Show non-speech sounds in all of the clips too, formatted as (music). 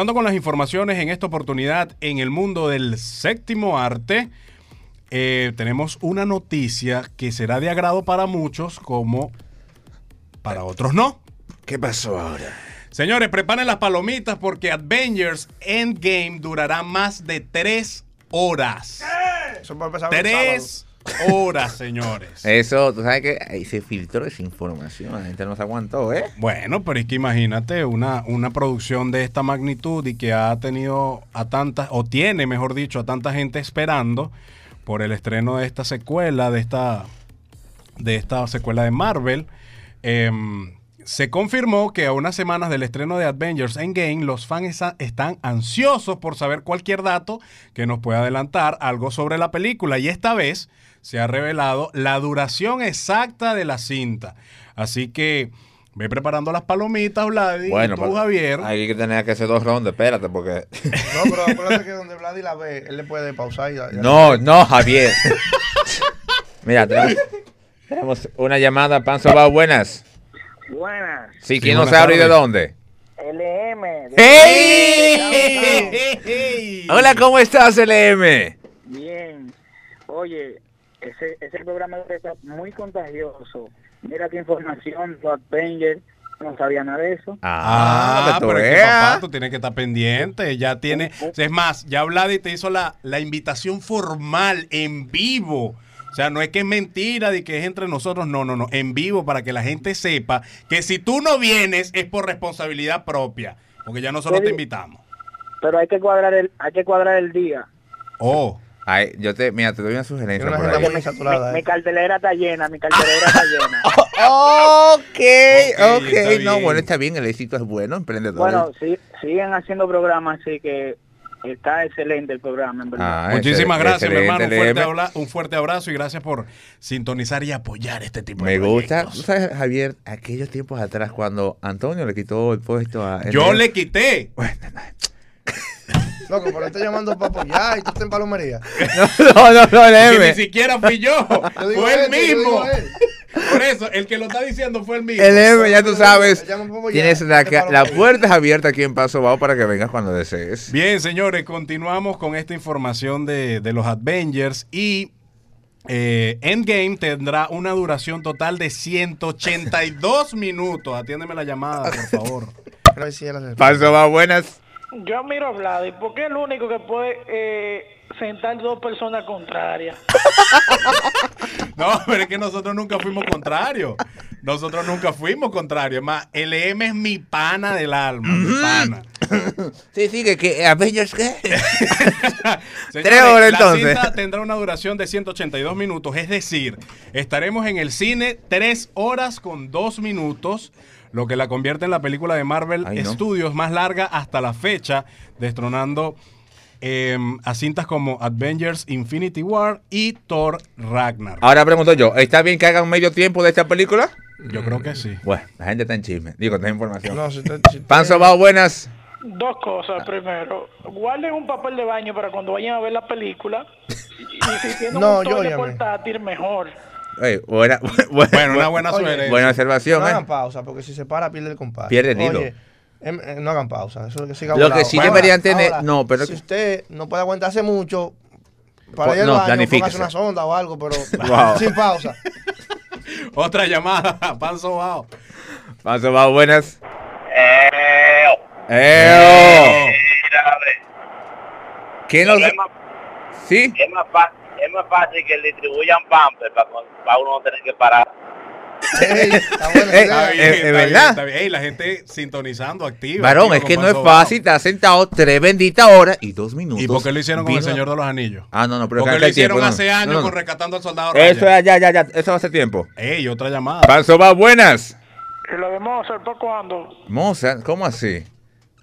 Ando con las informaciones en esta oportunidad en el mundo del séptimo arte. eh, tenemos una noticia que será de agrado para muchos como para otros no. ¿Qué pasó ahora? Señores, preparen las palomitas porque Avengers Endgame durará más de tres horas. Eso va a empezar el Tres horas, Eh, señores. Eso, tú sabes que ahí se filtró esa información, la gente no se aguantó, ¿eh? Bueno, pero es que imagínate una, una producción de esta magnitud y que ha tenido a tantas, o tiene, mejor dicho, a tanta gente esperando por el estreno de esta secuela, de esta, de esta secuela de Marvel. Em, se confirmó que a unas semanas del estreno de Avengers Endgame, los fans esa- están ansiosos por saber cualquier dato que nos pueda adelantar algo sobre la película. Y esta vez se ha revelado la duración exacta de la cinta. Así que ve preparando las palomitas, Vladi, y tú, pero Javier. (laughs) Hay que tener que hacer dos rondas, espérate, porque. (laughs) sábado. No, pero acuérdate que donde Vladi la ve, él le puede pausar y ya- ya- No, no, Javier. (laughs) Mira, tenemos, tenemos una llamada, Panzo va buenas. Buenas, Sí, ¿quién buenas nos abre y de tardes. dónde? LM. ¡Ey! Hola, ¿cómo estás, LM? (laughs) Bien. Oye, ese, ese programa está muy contagioso. Mira qué información, Rod Banger, no sabía nada de eso. Ah, que tú pero es que, veas. papá, tú tienes que estar pendiente. Ya tiene. Es más, ya Vladi te hizo la, la invitación formal en vivo. O sea, no es que es mentira de que es entre nosotros. No, no, no. En vivo para que la gente sepa que si tú no vienes es por responsabilidad propia. Porque ya nosotros te invitamos. Pero hay que cuadrar el, hay que cuadrar el día. Oh. Ay, yo te, mira, te doy una Tiene sugerencia una por agenda ahí. muy saturada. Mi, mi eh. cartelera está llena, mi cartelera (laughs) está llena. Ok, Ok, está ok. No, bien. bueno, está bien, el éxito es bueno, emprendedor. Bueno, sí, siguen haciendo programas, así que está excelente el programa, en verdad. Ah, Muchísimas excelente, gracias, mi hermano. Un fuerte, excelente, abla- un fuerte abrazo y gracias por sintonizar y apoyar este tipo Me de gusta, proyectos. ¿tú sabes, Javier, aquellos tiempos atrás cuando Antonio le quitó el puesto a... Yo le quité. eh. Loco, pero él está llamando para apoyar y tú estás en palomería. (laughs) No, no, no, Que ni LM. siquiera fui yo. Yo digo Fue él, el yo mismo. digo este. él. Por eso, el que lo está diciendo fue el mismo. LM, ya tú sabes. Llama un poco ya, Tienes la, este ca- palo la ahí. puerta es abierta aquí en Paso Bajo para que vengas cuando desees. Bien, señores, continuamos con esta información de, de los Avengers y eh, Endgame tendrá una duración total de 182 (laughs) minutos. Atiéndeme la llamada, por favor. Pero ahí sí era el- Paso Bajo, buenas. Yo admiro a Vladi, porque es el único que puede eh, sentar dos personas contrarias. No, pero es que nosotros nunca fuimos contrarios. Nosotros nunca fuimos contrarios. Es Más, LM es mi pana del alma, mi pana. Sí, sí, que, que Avengers, ¿qué? (laughs) Señores, Tres horas, La entonces. cinta tendrá una duración de 182 minutos, es decir, estaremos en el cine tres horas con dos minutos, lo que la convierte en la película de Marvel Ay, no. Studios más larga hasta la fecha, destronando eh, a cintas como Avengers Infinity War y Thor Ragnarok. Ahora pregunto yo, ¿está bien que hagan medio tiempo de esta película? Yo creo que sí. Bueno, la gente está en chisme. Digo, está en información. No, si te, si te- Panzo Bajo, buenas. Dos cosas. Primero, guarden un papel de baño para cuando vayan a ver la película. Y y si tienen No, un yo toile llamé. portátil, mejor. Ey, buena, (laughs) buena, Bueno, una buena Oye, suerte. buena No observación, hagan ¿eh? pausa, porque si se para pierde el compás. Pierde el hilo. Oye, em, eh, no hagan pausa, eso es que siga Lo que volado. sí Ahora, deberían tener- ahora, no, pero- Si usted no puede aguantarse mucho, para Pues, ir al no, baño, póngase planifíquese. una sonda o algo, pero Wow. sin (laughs) pausa. Otra llamada, (laughs) Panzo Bao. Paso Bajo, buenas. Eh, ¡Eo! ¿Quién nos...? Es más, ¿Sí? es más fa- es más fácil que le distribuyan pamper para uno no tener que parar. Ey, está buena idea. Ey, Está bien, es está bien, verdad. está bien. Ey, la gente sintonizando, activa. Varón, activa es con que no es Panzo Bao. fácil, te has sentado tres benditas horas y dos minutos. ¿Y por qué lo hicieron con el Vino- Señor de los Anillos? Ah, no, no, pero Porque acá lo hay hicieron tiempo, no, hace no, años no, no. con Rescatando al Soldado Ryan. Eso ya, ya, ya, ya, eso hace tiempo. Ey, otra llamada. Panzo va buenas. Y lo de Mozart, ¿para cuándo? Mozart, ¿cómo así?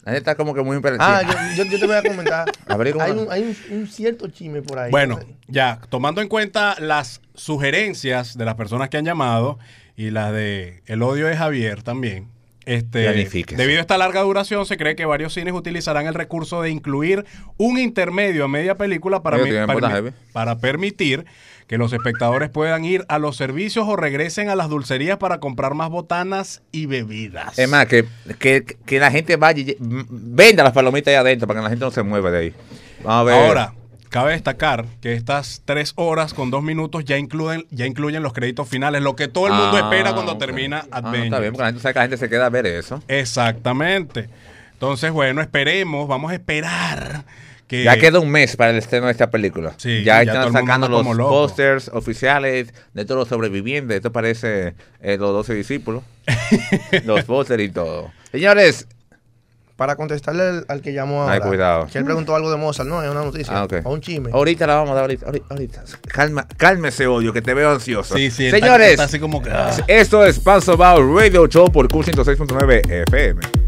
La gente está como que muy Ah, imperativa. yo, yo, yo te voy a (laughs) comentar. A ver, ¿cómo hay va? un, hay un, un cierto chisme por ahí. Bueno, Entonces, ya, tomando en cuenta las sugerencias de las personas que han llamado y las de El Odio de Javier también, Este, Planifíquese. debido a esta larga duración, se cree que varios cines utilizarán el recurso de incluir un intermedio a media película para, Oye, mi- tienen para puta mi- heavy. para permitir que los espectadores puedan ir a los servicios o regresen a las dulcerías para comprar más botanas y bebidas. Es más, que, que, que la gente vaya y lle- m- venda las palomitas ahí adentro para que la gente no se mueva de ahí. Vamos a ver. Ahora, cabe destacar que estas tres horas con dos minutos ya incluyen, ya incluyen los créditos finales, lo que todo el mundo Ah, espera cuando ok. termina Ah, no, Avengers. está bien, porque la gente sabe que la gente se queda a ver eso. Exactamente. Entonces, bueno, esperemos, vamos a esperar que... Ya queda un mes para el estreno de esta película. Sí, ya, ya todo están el mundo sacando anda los como loco. pósters oficiales de todos los sobrevivientes. Esto parece eh, los (laughs) 12 discípulos. los pósters y todo. Señores, Para contestarle al, al que llamó ahora. Ay, cuidado. Que él preguntó algo de Mozart, no, es una noticia. Ah, ok. O un chisme. ahorita la vamos a dar. Ahorita, ahorita, ahorita. Calma, cálmese, odio, que te veo ansioso. Sí, sí, está- Señores, ah, está así como que- esto es Paso Bao Radio Show por Q106.9 FM.